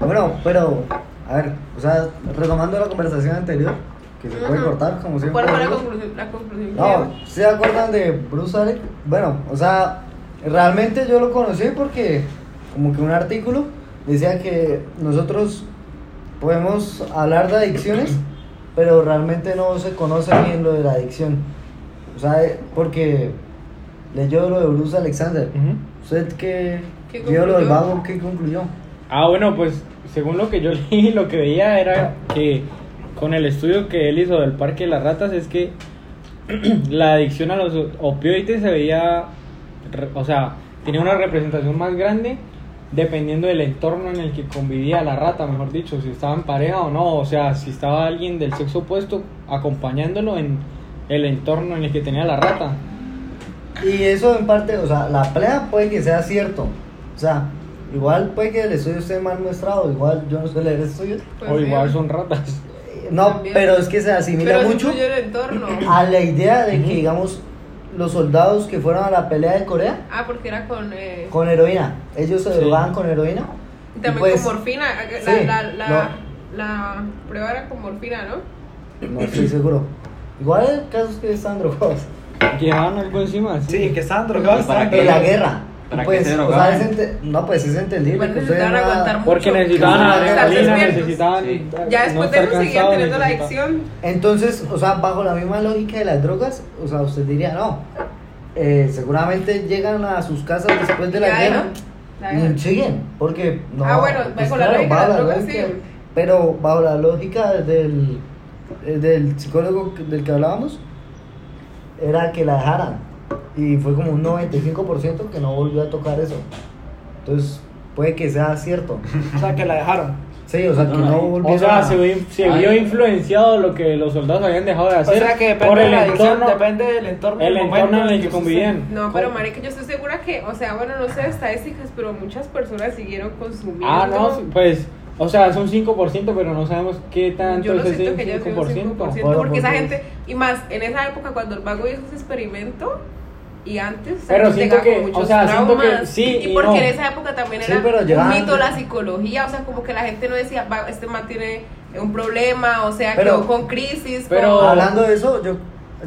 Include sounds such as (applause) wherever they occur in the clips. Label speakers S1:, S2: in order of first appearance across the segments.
S1: Bueno, pero, a ver, o sea, retomando la conversación anterior, que se puede
S2: Ajá.
S1: cortar, como siempre.
S2: ¿Cuál fue la
S1: amigos.
S2: conclusión? La conclusión que
S1: No,
S2: llegamos?
S1: ¿se acuerdan de Bruce Alec? Bueno, o sea, realmente yo lo conocí porque como que un artículo decía que nosotros podemos hablar de adicciones, pero realmente no se conoce bien lo de la adicción. O sea, eh, porque leyó lo de Bruce Alexander.
S3: Ujú.
S1: ¿Usted qué,
S2: ¿Qué
S1: vio lo del
S2: concluyó?
S1: vago? ¿Qué concluyó?
S3: Ah, bueno, pues según lo que yo (laughs) leí, lo que veía era que con el estudio que él hizo del Parque de las Ratas es que (clears throat) la adicción a los opioides se veía, re- o sea, tenía una representación más grande dependiendo del entorno en el que convivía la rata, mejor dicho, si estaba en pareja o no, o sea, si estaba alguien del sexo opuesto acompañándolo en el entorno en el que tenía la rata.
S1: Y eso en parte, o sea, la plea puede que sea cierto. O sea, igual puede que el estudio esté mal muestrado, igual yo no sé leer estudios.
S2: Pues
S3: o
S2: sí.
S3: igual son ratas. (laughs)
S1: No,
S2: También.
S1: pero es que se asimila
S2: Pero sí
S1: mucho
S2: influyó
S1: (clears throat)
S2: el entorno. Ah,
S1: a la idea de que,
S3: Ujú.
S1: digamos, los soldados que fueron a la pelea de Corea
S2: Ah, porque era con. eh,
S1: con heroína. Ellos se
S3: Sí.
S1: drogaban con heroína.
S2: y también
S1: pues,
S2: con morfina. Ah, La,
S1: sí,
S2: la, la, la prueba era con morfina, ¿no?
S1: No estoy seguro. Igual el caso es que están drogados.
S3: Llevaban algo encima. así.
S4: Sí, que estaban drogados.
S5: ¿Para
S4: estaban
S5: qué?
S1: En la
S4: drogados.
S1: guerra.
S5: ¿Para qué
S1: pues,
S5: se
S1: o sea,
S5: drogaban?
S1: es ente- no, pues es entendible.
S2: Igual
S1: que ustedes
S2: necesitaban
S1: no la-
S2: aguantar mucho.
S3: Porque necesitaban
S1: Claro,
S3: adrenalina,
S2: estar despiertos.
S3: necesitaban.
S5: Sí.
S2: Ya después
S3: no
S2: de
S3: estar
S2: eso seguían
S3: cansados,
S2: teniendo la
S3: necesitaban-
S2: adicción.
S1: Entonces, o sea, bajo la misma lógica de las drogas, o sea, usted diría, no, eh, seguramente llegan a sus casas después de la
S2: Ya
S1: guerra
S2: era. La
S1: y
S2: guerra.
S1: siguen, porque no. pues
S2: Ah, bueno, bajo la lógica de las drogas, sí.
S1: Pero bajo la lógica del, eh, del psicólogo que- del que hablábamos, era que la dejaran. Y fue como un 95% que no volvió a tocar eso. Entonces, puede que sea cierto.
S4: O sea, que la dejaron.
S1: Sí, o sea, que no volvió
S3: O sea, se, vi- se
S5: Ay.
S3: vio influenciado lo que los soldados habían dejado de
S4: O
S3: hacer
S4: sea, que depende,
S3: por
S4: de
S3: el
S4: la adicción,
S3: entorno,
S4: depende del entorno. y
S3: el
S4: momento
S3: entorno en el que
S4: usted
S3: convivían.
S2: No, pero marica, yo estoy segura que, o sea, bueno, no sé estadísticas, pero muchas personas siguieron consumiendo.
S3: Ah, no, pues, o sea, es un 5%, pero no sabemos qué tanto
S2: Yo lo
S3: es
S2: siento
S3: ese
S2: que ya soy un 5%,
S3: 5%.
S1: Bueno,
S2: porque esa
S1: porque-
S2: gente, y más en esa época cuando el vago hizo ese experimento, y antes, o sea,
S3: Pero
S2: llegaba
S3: siento
S2: con
S3: que-
S2: muchos
S3: o sea, siento que
S2: traumas,
S3: sí
S2: y
S3: y
S2: porque
S3: no.
S2: en esa época también
S1: Sí,
S2: era
S1: pero
S2: un
S1: llegaban-
S2: mito la psicología, o sea, como que la gente no decía, "Va, este man tiene un problema, o sea,
S1: Pero-
S2: quedó con crisis,
S3: pero-
S2: con...
S1: Hablando de eso, yo,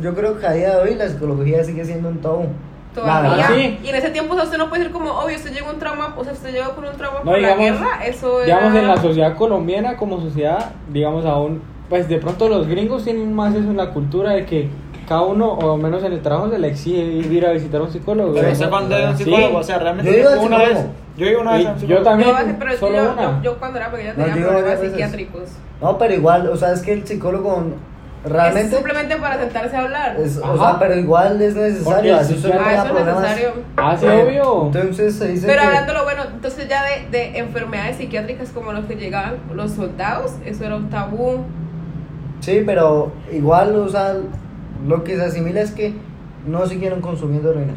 S1: yo creo que a día de hoy la psicología sigue siendo un tabú. La
S2: Todavía.
S1: verdad.
S3: Ah, sí.
S2: Y en ese tiempo, o sea, usted no puede decir como, obvio, usted llegó a un trauma, o sea, usted llegó con un trauma
S3: No,
S2: por la
S3: digamos-
S2: guerra, eso era...
S3: Digamos, en la sociedad colombiana, como sociedad, digamos, aún, pues de pronto los gringos tienen más eso en la cultura de que cada uno, o al menos en el trabajo, se le exige ir a visitar a un psicólogo.
S4: Pero
S3: ¿no?
S4: no sé cuándo es un
S3: Sí.
S4: psicólogo. O sea, realmente
S1: Yo he ido
S4: yo
S1: al
S4: una vez.
S1: psicólogo.
S4: Yo iba una vez.
S3: Y
S4: a un
S3: yo
S4: psicólogo.
S3: también.
S2: No, pero es que
S3: Solo
S2: yo,
S3: una.
S2: yo, yo cuando era pequeña
S1: No,
S2: tenía
S1: yo iba
S2: problemas
S1: varias veces.
S2: psiquiátricos.
S1: No, pero igual, o sea, es que el psicólogo realmente.
S2: Es simplemente para sentarse a hablar.
S1: es- o
S3: Ajá.
S1: sea, pero igual es
S3: Porque
S1: necesario.
S3: el
S1: Así usted no
S2: ah,
S1: tenga
S2: eso es
S1: problemas.
S2: necesario.
S3: Ah, sí,
S1: Eh,
S3: obvio.
S1: Entonces se dice.
S2: Pero
S1: que-
S2: hablándolo, bueno, entonces ya de, de enfermedades psiquiátricas como los que llegaban los soldados, eso era un tabú.
S1: Sí, pero igual, o sea, lo que se asimila es que no siguieron consumiendo heroína.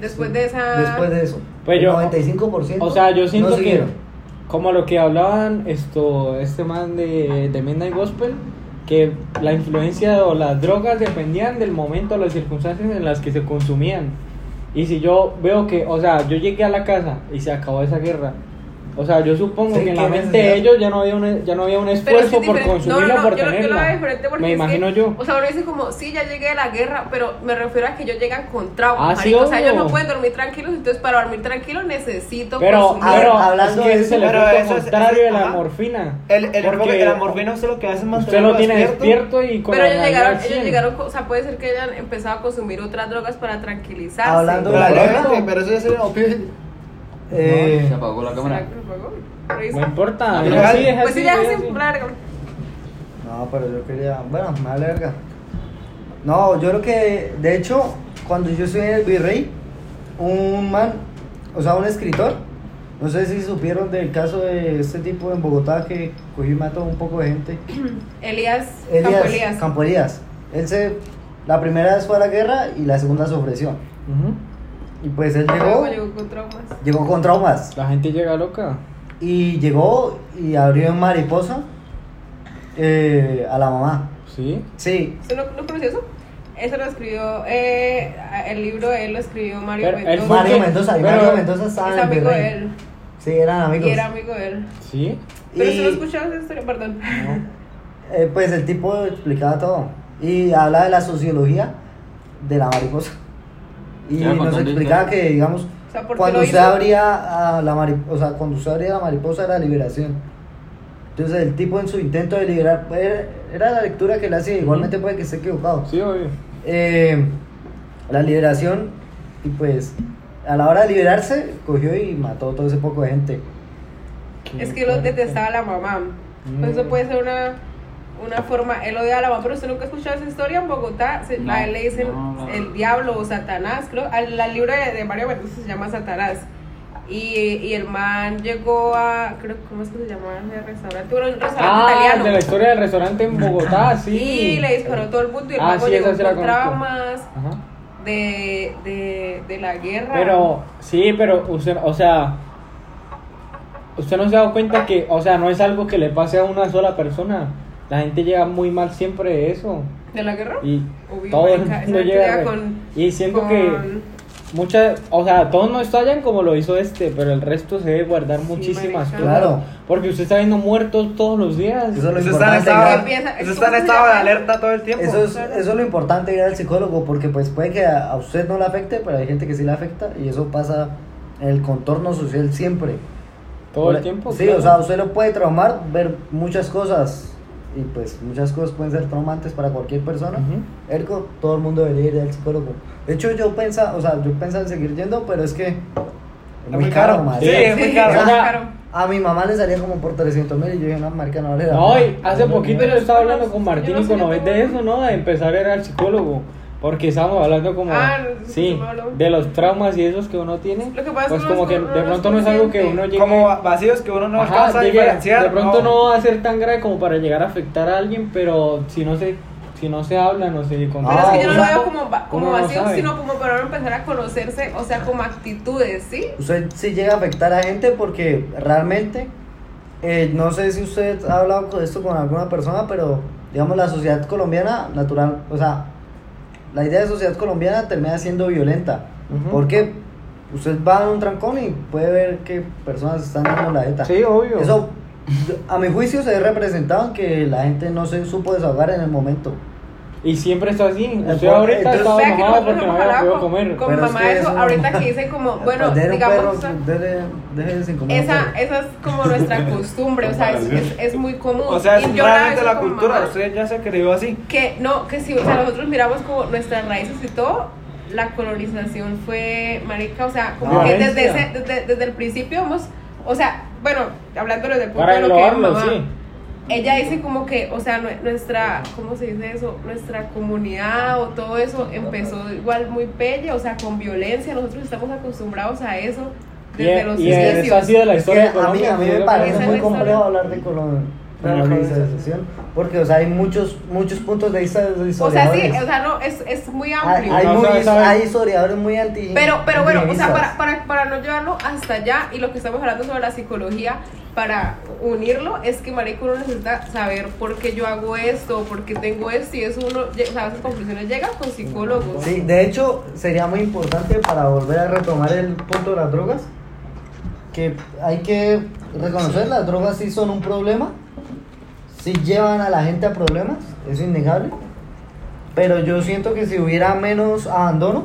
S2: Después de esa...
S1: Después de eso.
S3: Pues
S1: el
S3: yo-
S1: 95%.
S3: O sea, yo siento
S1: no
S3: que
S1: siguieron.
S3: como lo que hablaban esto este man de, de Midnight Gospel que la influencia o las drogas dependían del momento, las circunstancias en las que se consumían. Y si yo veo que, o sea, yo llegué a la casa y se acabó esa guerra. O sea, yo supongo
S1: Sí,
S3: que en la
S1: qué
S3: mente
S1: necesidad.
S3: de ellos ya no había un, ya no había un
S2: Pero es
S3: esfuerzo
S2: que es
S3: por
S2: diferente.
S3: consumirla,
S2: no, no, no,
S3: por
S2: yo, lo- yo lo veo
S3: tenerla.
S2: diferente porque
S3: Me
S2: es que,
S3: imagino yo.
S2: O sea, uno dice como, sí, ya llegué de la guerra, pero me refiero a que ellos llegan con trauma.
S3: Ah, sí,
S2: marica. o sea, ellos
S3: obvio.
S2: no pueden dormir tranquilos, entonces para dormir tranquilo necesito
S3: Pero,
S2: consumir.
S1: A ver,
S3: pero
S1: hablando
S3: es que
S1: de
S3: ese es el
S4: eso, pero
S3: efecto
S4: eso es-
S3: contrario de la
S4: ajá.
S3: morfina.
S4: El, el,
S3: Porque
S4: porque la morfina usted lo que hace es
S3: Usted lo
S4: mantenerlo
S3: tiene
S4: despierto.
S3: despierto y con
S2: Pero
S3: la
S2: ellos
S3: energía
S2: llegaron,
S3: al
S2: ellos
S3: 100.
S2: llegaron, o sea, puede ser que hayan empezado a consumir otras drogas para tranquilizarse.
S1: Hablando
S4: Pero, la
S1: Correcto.
S4: gente, pero eso ya sería opioide.
S1: Eh,
S5: se apagó la
S2: ¿Será
S5: cámara.
S2: que lo pagó? Revisa.
S3: No importa,
S4: Pero
S3: no,
S4: es-
S3: sí, es
S2: Pues
S3: así,
S2: sí, ya
S3: es
S2: es
S3: así.
S2: larga.
S1: No, pero yo quería. Bueno, me alarga. No, yo creo que. De hecho, cuando yo estuve en el Virrey, un man, o sea, un escritor, no sé si supieron del caso de este tipo en Bogotá que cogió y mató a un poco de gente.
S2: Elías,
S1: Elías.
S2: Campo Elías.
S1: Campo Elías. Él se. La primera vez fue a la guerra y la segunda se ofreció.
S3: Ujú.
S1: Y pues él
S2: Luego
S1: llegó.
S2: llegó con traumas.
S1: Llegó con traumas.
S3: La gente llega loca.
S1: Y llegó y abrió en mariposa eh, a la mamá.
S3: Sí.
S1: Sí,
S2: ¿Usted no, no conoció eso? Eso lo escribió, eh, el libro de él lo escribió Mario
S3: Pero él
S2: Mendoza.
S3: fue
S1: Mario
S3: que-
S1: Mendoza, y
S3: pero-
S1: Mario Mendoza
S2: Es
S1: estaba en el
S2: amigo
S1: Virrey.
S2: de él.
S1: Sí, eran amigos.
S2: Y era amigo de él.
S3: ¿Sí?
S2: Pero si no
S1: Y-
S2: escuchaba esa historia, perdón.
S1: Eh, pues el tipo explicaba todo. Y habla de la sociología de la mariposa. Y
S5: Ya,
S1: nos
S5: contando
S1: explicaba
S5: historia.
S1: que, digamos,
S2: O sea, ¿por qué
S1: cuando
S2: lo
S1: usted
S2: hizo?
S1: abría a la mariposa, o sea, cuando usted abría la mariposa era liberación. Entonces el tipo en su intento de liberar, pues, era, era la lectura que le hacía, igualmente puede que esté equivocado.
S3: Sí, obvio.
S1: Eh, la liberación, y pues a la hora de liberarse, cogió y mató todo ese poco de gente.
S2: Es que lo detestaba la mamá. Pues
S3: Mm.
S2: eso puede ser una, una forma. Él odiaba a la mamá, pero usted nunca ha escuchado esa historia en Bogotá. se-
S5: No,
S2: a él le dicen
S5: no, no.
S2: el diablo o Satanás. Creo, a la libra de, de Mario Mendoza se llama Satanás. Y, y el man llegó a. Creo, ¿Cómo es que se llamaba el restaurante? Bueno, un restaurante
S3: Ah,
S2: italiano.
S3: de la historia del restaurante en Bogotá, sí.
S2: Y le disparó todo el mundo y el
S3: Ah,
S2: man
S3: sí, esa
S2: llegó
S3: sí la
S2: con
S3: conozco.
S2: traumas
S3: Ajá.
S2: de, de, de la guerra.
S3: Pero, sí, pero usted, o sea, usted no se ha dado cuenta que, o sea, no es algo que le pase a una sola persona. La gente llega muy mal siempre de eso.
S2: ¿De la guerra?
S3: Y
S2: Obvio,
S3: todo el
S2: marica, esa
S3: mundo
S2: gente
S3: llega.
S2: llega
S3: güey.
S2: con-
S3: y siento
S2: con-
S3: que muchas, o sea, todos no estallan como lo hizo este, pero el resto se debe guardar
S2: Sí,
S3: muchísimas
S2: marica.
S3: cosas.
S1: Claro.
S3: Porque usted está viendo muertos todos los
S1: Eso
S3: días.
S1: es lo
S4: Usted está en
S1: importante.
S4: estado-
S1: ¿no?
S2: Empieza-
S4: usted está en estado de alerta todo el tiempo.
S1: Eso es, eso es lo importante ir al psicólogo, porque pues puede que a, a usted no le afecte, pero hay gente que sí le afecta y eso pasa en el contorno social siempre.
S3: Todo
S1: Por- e-,
S3: el tiempo.
S1: Sí,
S3: claro.
S1: o sea, usted lo puede traumar, ver muchas cosas y pues muchas cosas pueden ser traumantes para cualquier persona.
S3: Ujú.
S1: Ergo, todo el mundo debería ir al psicólogo. De hecho, yo pensaba, o sea, yo pensaba en seguir yendo, pero es que es
S4: Está
S1: muy caro,
S4: Sí,
S1: madre.
S4: es muy
S2: Sí,
S4: caro.
S2: es muy
S3: O sea,
S2: caro.
S1: A mi mamá le salía como por 300 mil y yo dije, no, marca, no vale la
S3: No,
S1: pena".
S3: y hace
S1: No, no,
S3: poquito
S1: no.
S3: yo estaba hablando con
S2: Yo
S3: Martín
S2: no
S3: y
S2: sé
S3: con
S2: qué
S3: Obed
S2: tengo.
S3: de eso, ¿no? De empezar a ir al psicólogo. Porque estábamos hablando como.
S2: Ah, no,
S3: sí,
S2: sí, Pablo.
S3: de los traumas y esos que uno tiene.
S2: Lo que pasa es
S3: pues
S2: que
S3: como
S2: uno
S3: que
S2: no-
S3: de
S2: no
S3: pronto
S2: es
S3: no es algo que
S2: consciente.
S3: uno llegue.
S4: Como va- vacíos que uno no
S3: Ajá,
S4: alcanza a
S3: llegue-
S4: diferenciar.
S3: de pronto no. va a ser tan grave como para llegar a afectar a alguien, pero si no se, si no se habla, no se
S2: Pero
S3: controla.
S2: es que yo no lo
S1: Ah,
S2: veo como, va- como
S3: uno no
S2: vacío,
S3: sabe.
S2: sino como para uno empezar a conocerse, o sea, como actitudes, ¿sí?
S1: usted sí llega a afectar a gente porque realmente, eh, no sé si usted ha hablado con esto con alguna persona, pero digamos la sociedad colombiana natural, o sea, la idea de sociedad colombiana termina siendo violenta.
S3: Ujú.
S1: Porque usted va a un trancón y puede ver que personas están dando la ETA.
S3: Sí, obvio.
S1: Eso, a mi juicio, se ve representado en que la gente no se supo desahogar en el momento.
S3: Y siempre está así. Usted
S1: Entonces,
S3: ahorita estaba
S2: O sea, que
S3: enojado
S2: nosotros
S3: porque no
S2: hemos
S3: había
S2: hablado
S3: podido
S2: con,
S3: comer.
S2: con
S1: Pero es
S2: mamá
S1: que
S2: de eso,
S1: eso-
S2: ahorita que dicen como, bueno,
S1: Perder un
S2: digamos,
S1: perro, deje- deje de sin comer un
S2: esa,
S1: perro.
S2: esa es como
S1: (laughs)
S2: nuestra costumbre, o sea, es, es- es muy común.
S4: O sea,
S2: Y
S4: es
S2: yo hablaba de
S4: realmente
S2: eso
S4: la
S2: con
S4: cultura.
S2: mamá,
S4: Usted ya se creyó así.
S2: Que no, que si, o sea, nosotros miramos como nuestras raíces y todo, la colonización fue, marica, o sea, como
S3: Ah,
S2: que desde,
S3: Valencia.
S2: ese- desde, desde el principio hemos, o sea, bueno, hablando desde el punto
S3: Para
S2: de lo que es
S3: englobarlo,
S2: mamá.
S3: sí.
S2: Ella dice como que, o sea, nue- nuestra, ¿cómo se dice eso? Nuestra comunidad o todo eso empezó igual muy bella, o sea, con violencia. Nosotros estamos acostumbrados a eso
S1: e-,
S2: desde
S3: Y-
S2: los
S3: Y eso ha
S2: inicios.
S3: sido la
S1: Es que
S3: historia de
S1: a mí,
S3: Colombia,
S1: a mí
S3: es
S1: me
S3: lo que-
S2: Esa
S1: parece
S2: es
S1: muy
S2: la
S1: complejo
S2: historia.
S1: hablar de colon-
S4: Claro,
S1: colonización porque o sea hay muchos muchos puntos de vista de
S2: O sea, sí,
S1: historiadores.
S2: o sea, no, es, es muy
S1: hay,
S2: amplio.
S1: hay
S3: No,
S1: muy-
S3: sabe, sabe.
S1: hay historiadores muy anti
S2: Pero, pero bueno, o sea,
S1: indigenistas.
S2: para, para, para no llevarlo hasta allá y lo que estamos hablando sobre la psicología, para unirlo, es que marico uno necesita saber por qué yo hago esto, por qué tengo esto, y eso uno, lle- o sea, a esas conclusiones llega con psicólogos.
S1: Sí, de hecho sería muy importante para volver a retomar el punto de las drogas que hay que reconocer las drogas sí son un problema sí llevan a la gente a problemas es innegable pero yo siento que si hubiera menos abandono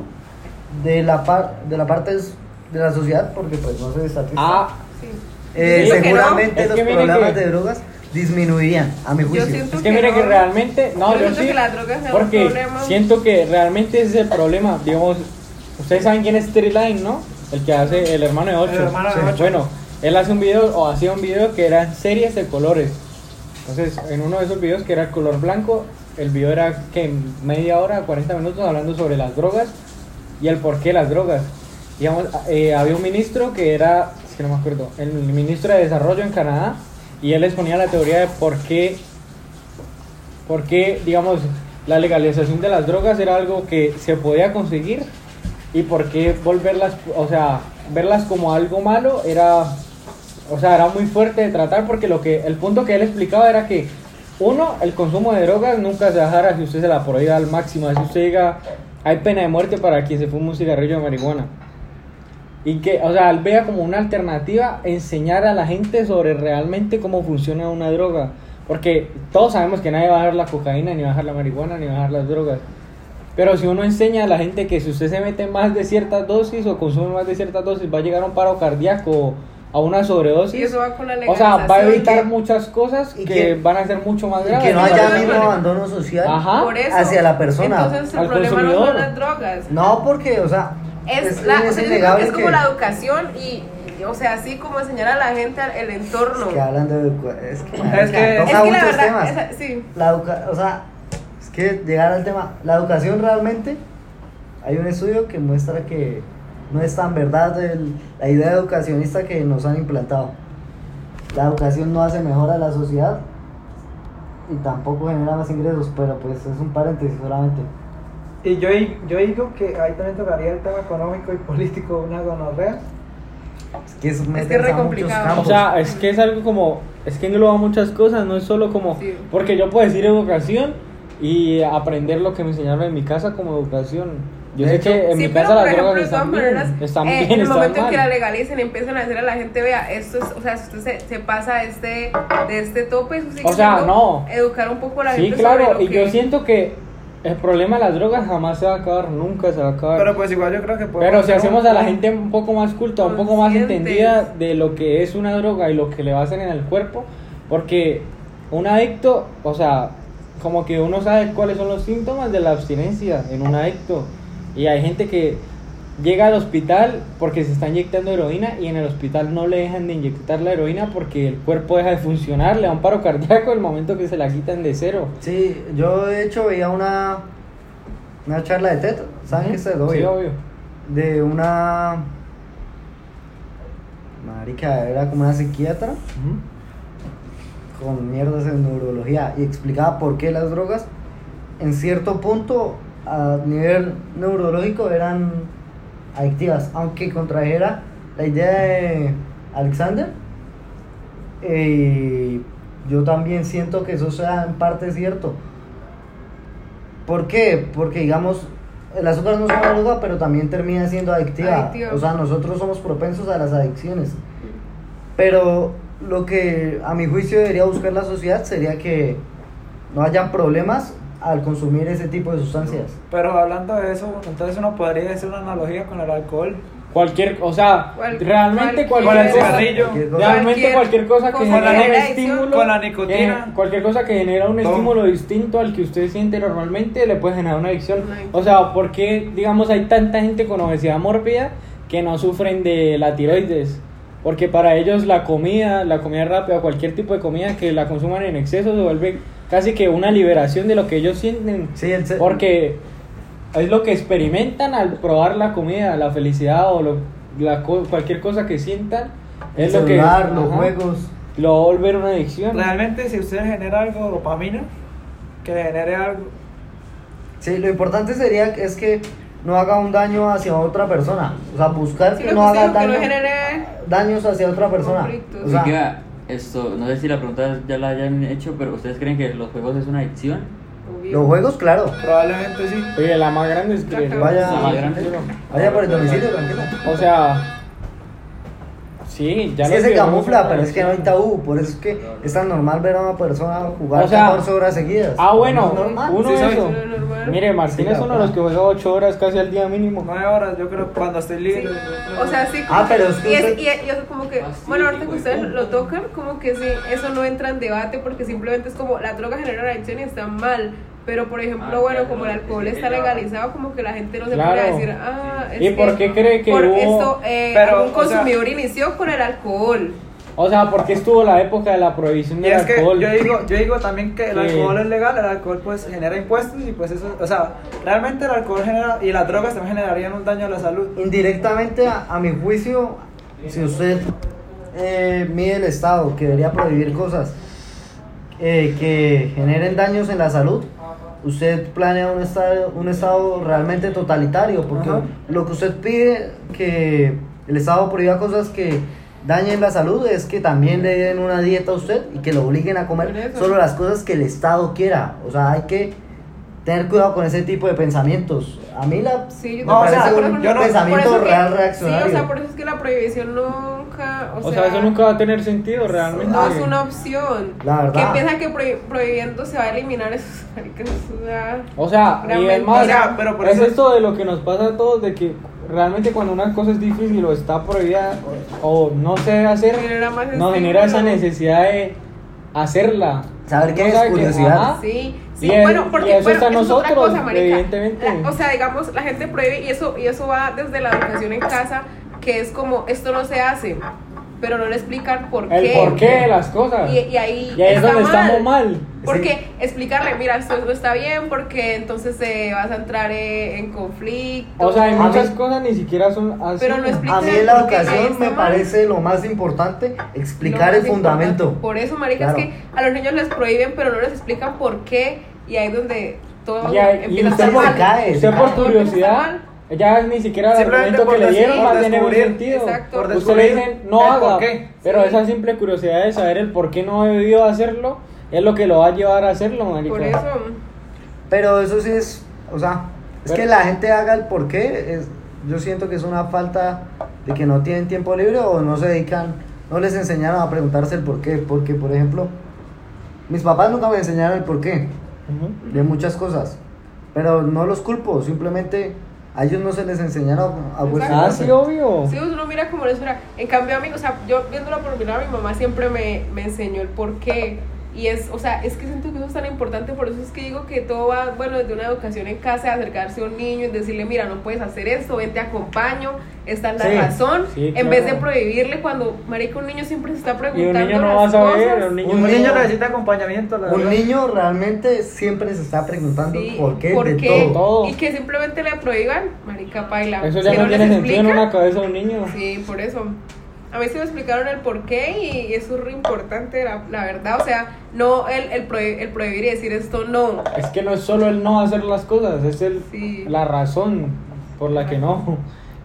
S1: de la par- de la parte s- de la sociedad porque pues no se desatiza
S3: Ah,
S2: Sí.
S1: eh,
S2: siento
S3: yo
S2: que no.
S1: seguramente
S3: Es que
S1: los
S3: mire
S1: problemas
S3: que-
S1: de drogas disminuirían a mi
S2: Yo
S1: juicio
S2: siento
S3: Es que mire
S2: no.
S3: que realmente,
S2: Yo
S3: no, yo,
S2: siento
S3: sí,
S2: que la droga sea un
S3: porque
S2: problema.
S3: siento que realmente ese es el problema, digamos, ustedes saben quién es Line, ¿no? El que hace el hermano de 8.
S4: El hermano de Ocho.
S3: Bueno, él hace un video o hacía un video que eran series de colores. Entonces, en uno de esos videos que era el color blanco, el video era que media hora, 40 minutos hablando sobre las drogas y el porqué de las drogas. Digamos, eh, había un ministro que era, es que no me acuerdo, el ministro de Desarrollo en Canadá y él exponía la teoría de por qué porque digamos la legalización de las drogas era algo que se podía conseguir y por qué volverlas o sea verlas como algo malo era o sea era muy fuerte de tratar porque lo que el punto que él explicaba era que uno el consumo de drogas nunca se bajara si usted se la prohíba al máximo si usted diga hay pena de muerte para quien se fume un cigarrillo de marihuana Y que, o sea, él vea como una alternativa enseñar a la gente sobre realmente cómo funciona una droga. Porque todos sabemos que nadie va a dejar la cocaína, ni va a dejar la marihuana, ni va a dejar las drogas. Pero si uno enseña a la gente que si usted se mete más de ciertas dosis o consume más de ciertas dosis, va a llegar a un paro cardíaco o a una sobredosis.
S2: Y eso va con la
S3: o sea, va a
S2: legalización.
S3: evitar muchas cosas
S1: y
S3: que,
S1: que-
S3: van a ser mucho más
S1: Y
S3: graves.
S1: que no
S2: Claro,
S1: haya
S2: claro,
S1: mismo
S2: claro.
S1: abandono social.
S3: Ajá.
S2: Por eso.
S1: hacia la persona,
S2: Entonces el
S3: al
S2: problema no
S3: consumidor.
S2: son las drogas.
S1: No, porque, o sea,
S2: Es,
S1: es,
S2: la,
S1: es
S2: o sea, yo creo que
S1: innegable
S2: es como
S1: que-
S2: la educación y, y, o sea, así como enseñar a la gente al- el entorno.
S1: que hablando de educa- es que, marica,
S4: Es que-
S2: es
S1: toca
S2: que la
S1: muchos
S2: verdad,
S1: temas.
S2: esa- sí.
S1: La educa- o sea, es que llegar al tema, la educación realmente, hay un estudio que muestra que no es tan verdad el- la idea educacionista que nos han implantado. La educación no hace mejor a la sociedad y tampoco genera más ingresos, pero pues es un paréntesis solamente.
S4: Y yo, yo digo que ahí también tocaría el tema económico y político, una gonorrea.
S1: Es que es, meterse
S2: re
S1: a muchos
S2: complicado.
S1: campos.
S3: O sea, es que es algo como, es que engloba muchas cosas, no es solo como,
S2: Sí.
S3: porque yo puedo decir educación y aprender lo que me enseñaron en mi casa como educación. Yo
S1: De
S3: sé
S1: hecho,
S3: que
S2: sí,
S3: en mi
S2: pero
S3: casa
S2: por
S3: las
S2: ejemplo,
S3: drogas
S2: de todas
S3: están bien,
S2: maneras,
S3: están
S2: eh,
S3: bien,
S2: en el
S3: están
S2: momento en
S3: mal.
S2: que la legalicen, empiezan a decir a la gente, vea, esto es, o sea, si usted se, se pasa de este, de este tope, eso sigue
S3: O sea,
S2: siendo
S3: no.
S2: educar un poco a la
S3: Sí,
S2: gente sobre
S3: claro,
S2: lo
S3: y
S2: que...
S3: yo siento que el problema de las drogas jamás se va a acabar, nunca se va a acabar.
S4: Pero pues igual yo creo que podemos
S3: Pero si
S4: hacer un-
S3: hacemos a la
S4: un-
S3: gente un poco más culta, un poco más
S2: Conscientes.
S3: entendida de lo que es una droga y lo que le va a hacer en el cuerpo, porque un adicto, o sea, como que uno sabe cuáles son los síntomas de la abstinencia en un adicto. Y hay gente que llega al hospital porque se está inyectando heroína y en el hospital no le dejan de inyectar la heroína porque el cuerpo deja de funcionar, le da un paro cardíaco el momento que se la quitan de cero.
S1: Sí, yo de hecho veía una, una charla de TED, ¿saben qué es TED?
S3: Sí,
S1: Obvio.
S3: obvio.
S1: de una marica era como una psiquiatra
S3: Ujú.
S1: con mierdas en neurología y explicaba por qué las drogas en cierto punto a nivel neurológico eran adictivas aunque contrajera la idea de Alexander eh, yo también siento que eso sea en parte cierto ¿por qué? porque digamos el azúcar no es una droga pero también termina siendo adictiva
S2: Adictiva.
S1: o sea nosotros somos propensos a las adicciones pero lo que a mi juicio debería buscar la sociedad sería que no hayan problemas al consumir ese tipo de sustancias.
S4: Pero hablando de eso, entonces uno podría hacer una analogía con el alcohol.
S3: Cualquier, o sea,
S2: Cual- cualquier-
S3: realmente
S4: Con el
S3: cualquier cosa-
S4: cigarrillo.
S1: Cualquier cosa.
S3: Realmente cualquier cosa que
S2: Con la
S3: genera un
S2: genera adicción,
S3: estímulo.
S4: con la nicotina.
S3: que- cualquier cosa que genera un
S4: Todo.
S3: estímulo distinto al que usted siente normalmente le puede generar una adicción.
S2: Una adicción.
S3: O sea, ¿por qué, digamos, hay tanta gente con obesidad mórbida que no sufren de la tiroides? Porque para ellos la comida, la comida rápida, cualquier tipo de comida que la consuman en exceso se vuelve casi que una liberación de lo que ellos sienten.
S1: Sí, el se-
S3: Porque es lo que experimentan al probar la comida, la felicidad o lo- la co- cualquier cosa que sientan.
S1: el
S3: Es lo que.
S1: celular, los
S3: ajá,
S1: juegos.
S3: Lo va a volver una adicción.
S4: Realmente, si usted genera algo de dopamina, que le genere algo.
S1: Sí, lo importante sería que- es que no haga un daño hacia otra persona. O sea, buscar
S2: Sí,
S1: que
S2: lo
S1: no
S2: que
S1: haga
S2: sí, que no
S1: daño,
S2: genere
S1: daños hacia otra persona.
S2: conflictos.
S1: O sea,
S5: Oiga, esto, no sé si la pregunta ya la hayan hecho, pero ¿ustedes creen que los juegos es una adicción?
S2: Obvio.
S1: los juegos, claro.
S4: Probablemente sí.
S3: Oye, la más grande es que.
S1: Vaya,
S2: pues,
S5: La más grande.
S1: vaya por el domicilio, tranquila.
S3: O sea. Sí, ya
S1: Sí,
S3: lo
S1: se
S3: llevamos
S1: camufla,
S3: a-
S1: pero es que no hay tabú. Por eso es que es tan normal ver a una persona jugar
S3: O sea,
S1: 14 horas seguidas.
S3: Ah, bueno,
S1: Es normal.
S3: uno
S4: Sí,
S3: de
S4: ¿sabes?
S3: eso.
S2: Lo normal.
S3: Mire, Martín
S1: Sí,
S3: es
S1: la
S3: uno de los que juega 8 horas casi al día mínimo.
S4: Nueve horas, yo creo, cuando estoy
S2: Sí.
S4: libre.
S2: O sea, sí, como
S1: Ah, pero es que
S2: que, y, es,
S1: usted-
S2: y, es- y es como que,
S5: Ah, sí,
S2: bueno, ahorita que
S5: güey.
S2: ustedes lo tocan, como que sí, eso no entra en debate porque simplemente es como la droga genera una adicción y está mal. Pero, por ejemplo,
S5: Ah,
S2: bueno,
S5: claro,
S2: como el alcohol
S5: sí,
S2: está
S5: claro.
S2: legalizado, como que la gente no se
S3: Claro.
S2: puede decir, ah, es
S3: ¿Y por qué cree que
S2: por
S3: hubo-
S2: esto, eh,
S4: Pero,
S2: algún
S4: o sea-
S2: consumidor inició con el alcohol?
S3: O sea, porque estuvo la época de la prohibición
S4: Y
S3: del
S4: es que
S3: alcohol.
S4: yo digo, yo digo también que el
S3: Sí.
S4: alcohol es legal, el alcohol pues genera impuestos y pues eso, o sea, realmente el alcohol genera, y las drogas también generarían un daño a la salud.
S1: Indirectamente, a, a mi juicio, si usted eh, mide el Estado que debería prohibir cosas eh, que generen daños en la salud, usted planea un Estado, un estado realmente totalitario, porque
S4: Ajá.
S1: lo que usted pide que el Estado prohíba cosas que dañen la salud es que también le den una dieta a usted y que lo obliguen a
S2: Por
S1: comer
S2: eso.
S1: solo las cosas que el Estado quiera. O sea, hay que tener cuidado con ese tipo de pensamientos. A mí la...
S2: Sí,
S1: me
S2: yo
S4: No, o sea,
S1: parece
S4: por
S1: un
S4: ejemplo, yo no-
S1: pensamiento
S2: por eso que-
S1: real
S2: Sí, o sea,
S1: reaccionario.
S2: por eso es que la prohibición nunca. O,
S3: O sea, eso nunca va a tener sentido realmente.
S2: No Ah, es una opción.
S1: La verdad.
S2: Que piensan que prohi- prohibiendo se va a eliminar eso. (laughs) marica, no es una-
S3: O sea,
S2: Gran
S3: y es
S2: mentira,
S3: más,
S4: pero por
S3: es
S4: eso-
S3: esto de lo que nos pasa a todos, de que realmente cuando una cosa es difícil o está prohibida o no se debe hacer,
S2: Genera más
S3: nos
S2: estímulo.
S3: genera esa necesidad de hacerla.
S1: Saber qué
S3: Uno
S1: es,
S3: sabe que,
S1: curiosidad.
S3: ajá,
S2: Sí, sí,
S3: Ah. Y el-
S2: bueno, porque
S3: y eso
S2: bueno,
S3: está
S2: es otra
S3: nosotros,
S2: cosa, marica.
S3: evidentemente.
S2: La- o sea, digamos, la gente prohíbe y eso, y eso va desde la educación en casa, que es como, esto no se hace, pero no le explican por
S3: el
S2: qué.
S3: porqué de las cosas.
S2: Y, y ahí,
S3: Y ahí es
S2: está
S3: donde estamos mal.
S2: Porque
S1: Sí.
S2: explicarle, mira, esto no está bien, porque entonces eh, vas a entrar eh, en conflicto.
S3: O sea, hay
S1: A mí-
S3: muchas cosas ni siquiera son así.
S2: Pero no explica-
S1: A mí en la
S2: porque ahí
S1: ocasión
S2: está
S1: me
S2: mal.
S1: parece lo más importante explicar
S2: Lo
S1: el
S2: más
S1: fundamento.
S2: importante. Por eso, marica,
S1: Claro.
S2: es que a los niños les prohíben, pero no les explican por qué, y ahí es donde todo
S3: Y ahí- y
S2: empieza a
S3: usted
S2: estar
S3: por-
S2: mal.
S1: cae,
S3: Usted
S1: Todo
S3: por
S1: empieza
S2: a
S3: curiosidad,
S2: estar
S3: ya ni siquiera el
S4: Simplemente
S3: argumento que
S4: por
S3: le
S4: decir,
S3: dieron
S4: por
S3: va a tener un
S4: descubrir.
S3: sentido.
S2: Exacto.
S4: Por
S3: Usted le
S4: descubrir
S3: dicen, no
S4: el
S3: haga.
S4: porqué.
S3: Pero
S2: Sí.
S3: esa simple curiosidad de saber el por qué no he debido hacerlo es lo que lo va a llevar a hacerlo, marica.
S2: Por eso.
S1: Pero eso sí es, o sea, es
S3: Pero-
S1: que la gente haga el porqué, es, yo siento que es una falta de que no tienen tiempo libre o no se dedican, no les enseñaron a preguntarse el porqué, porque por ejemplo, mis papás nunca me enseñaron el porqué
S3: Ujú.
S1: de muchas cosas, pero no los culpo, simplemente a ellos no se les enseñaron a
S2: Exacto.
S3: Ah,
S1: cuestionarse.
S3: sí, obvio.
S2: Si uno mira como les fuera. En cambio, a mí, o sea, yo viéndolo por mi lado, mi mamá siempre me, me enseñó el por qué. Y es, o sea, es que siento que eso es tan importante, por eso es que digo que todo va, bueno, desde una educación en casa, acercarse a un niño y decirle, mira, no puedes hacer esto, ven, te acompaño, esta es la
S3: Sí,
S2: razón,
S3: sí,
S2: en
S3: claro.
S2: vez de prohibirle cuando, marica, un niño siempre se está
S3: Y un
S2: preguntando
S3: niño no va a
S2: las
S3: saber,
S2: cosas.
S3: un niño
S1: Un
S4: Un
S3: no-
S4: niño necesita acompañamiento, la
S1: Un
S4: verdad.
S1: niño realmente siempre se está preguntando
S2: Sí,
S1: por qué
S2: ¿por
S1: de
S2: qué?
S1: todo.
S3: Todo.
S2: Y que simplemente le prohíban, marica, paila.
S3: Eso ya
S2: Si
S3: no
S2: les
S3: tiene sentido en
S2: explican,
S3: una cabeza de un niño.
S2: Sí, por eso. A mí se me explicaron el por qué y eso es re importante, la, la verdad. O sea, no el, el, prohi- el prohibir y decir esto no.
S3: Es que no es solo el no hacer las cosas, es el,
S2: Sí.
S3: la razón por la que no.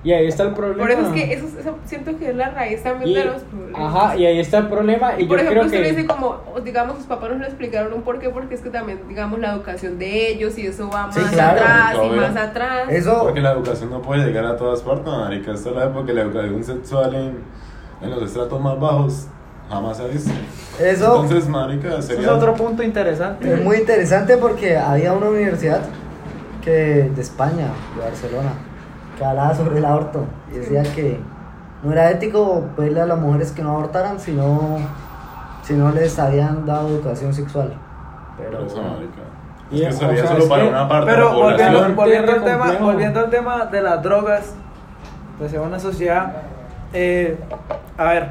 S3: Y ahí está el problema.
S2: Por eso es que eso, eso siento que es la raíz también
S3: Y-
S2: de los problemas.
S3: Ajá, y ahí está el problema. Y
S2: por
S3: yo
S2: ejemplo,
S3: creo
S2: usted
S3: que.
S2: le dice como, o digamos, sus papás nos lo explicaron un por qué, porque es que también, digamos, la educación de ellos y eso va más
S1: Sí, claro.
S2: atrás y
S6: Obvio.
S2: más atrás.
S1: Eso,
S6: Porque la educación no puede llegar a todas partes, marica. Esta es la época que la educación sexual en, en los estratos más bajos jamás se ha visto.
S1: eso
S6: Entonces, marica,
S4: Eso es
S6: sería...
S4: otro punto interesante.
S1: Es muy interesante porque había una universidad que de España, de Barcelona, que hablaba sobre el aborto y decía que no era ético pedirle a las mujeres que no abortaran si no, si no les habían dado educación sexual. Pero
S6: Pero eso, marica.
S3: Y,
S6: Es que
S3: o
S6: sería
S3: sea,
S6: solo
S3: es
S6: para
S3: que-
S6: una parte de
S4: Pero
S6: la
S4: volviendo,
S6: población.
S3: población.
S4: volviendo al
S3: Tierra
S4: tema,
S3: complejo.
S4: volviendo al tema de las drogas, pues en una sociedad, eh, a ver,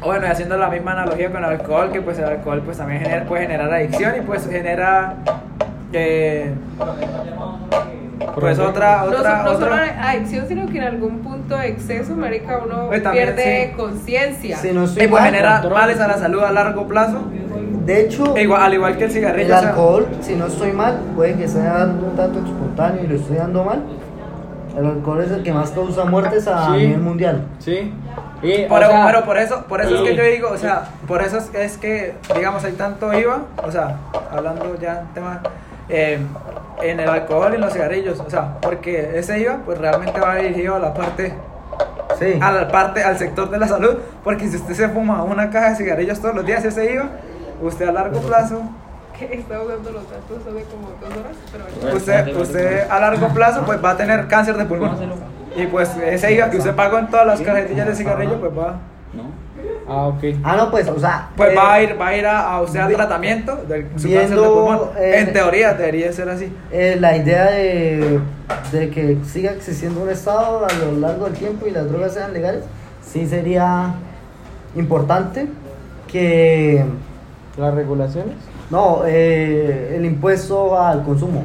S4: bueno, y haciendo la misma analogía con el alcohol, que pues el alcohol pues también genera- puede generar adicción y pues genera, eh, pues otra,
S2: no, so-
S4: otra,
S2: no solo
S4: otra-
S2: adicción, sino que en algún punto de exceso, marica, uno
S4: Pues también,
S2: pierde
S4: sí.
S2: conciencia.
S1: si no estoy
S4: y pues
S1: mal,
S4: genera
S3: control.
S4: males a la salud a largo plazo,
S1: de hecho,
S4: e igual, al igual que el cigarrillo.
S1: el
S4: o sea,
S1: alcohol, si no estoy mal, puede que sea dando un dato espontáneo y lo estoy dando mal. El alcohol es el que más causa muertes a
S3: Sí.
S1: nivel mundial.
S3: Sí. Y, o
S4: Pero,
S3: sea,
S4: pero por eso, por eso es que
S3: Sí.
S4: yo digo, o sea, por eso es, es que, digamos, hay tanto IVA, o sea, hablando ya en tema, eh, en el alcohol y en los cigarrillos, o sea, porque ese IVA, pues realmente va dirigido a la parte,
S1: Sí.
S4: a la parte, al sector de la salud, porque si usted se fuma una caja de cigarrillos todos los días, ese IVA, usted a largo plazo,
S2: que está usando los datos hace como dos horas, pero bueno.
S5: Bueno,
S4: usted, usted a largo plazo, pues va a tener cáncer de pulmón. Y pues ese IVA que usted pagó en todas las cajetillas de cigarrillo, pues va.
S5: No.
S3: Ah, ok.
S1: Ah, no, pues, o sea,
S4: Pues
S1: eh,
S4: va a ir, va a, ir a, a usted al tratamiento del su cáncer de
S1: viendo,
S4: pulmón.
S1: eh,
S4: en teoría debería ser así.
S1: Eh, la idea de, de que siga existiendo un Estado a lo largo del tiempo y las drogas sean legales, sí sería importante que,
S3: Las regulaciones.
S1: no, eh, el impuesto al consumo.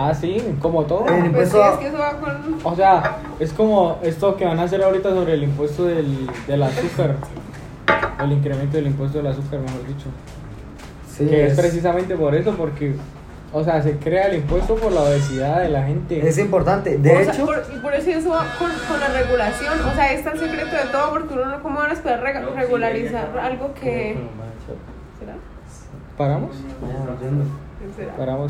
S3: Ah, sí, como todo.
S1: El
S2: Pues
S1: impuesto
S2: sí,
S1: a-
S2: es que eso va con...
S3: O sea, es como esto que van a hacer ahorita sobre el impuesto del, del azúcar. El incremento del impuesto del azúcar, mejor dicho.
S1: Sí,
S3: que es,
S1: es-
S3: precisamente por eso, porque, o sea, se crea el impuesto por la obesidad de la gente.
S1: es importante. De
S2: o sea,
S1: hecho,
S2: por, y por eso eso va con, con la regulación. O sea, es tan secreto de todo porque uno no, ¿cómo van a esperar rega- regularizar algo que... ¿Será?
S3: ¿Paramos?
S1: No, yo no-
S2: ¿Será?
S3: Paramos.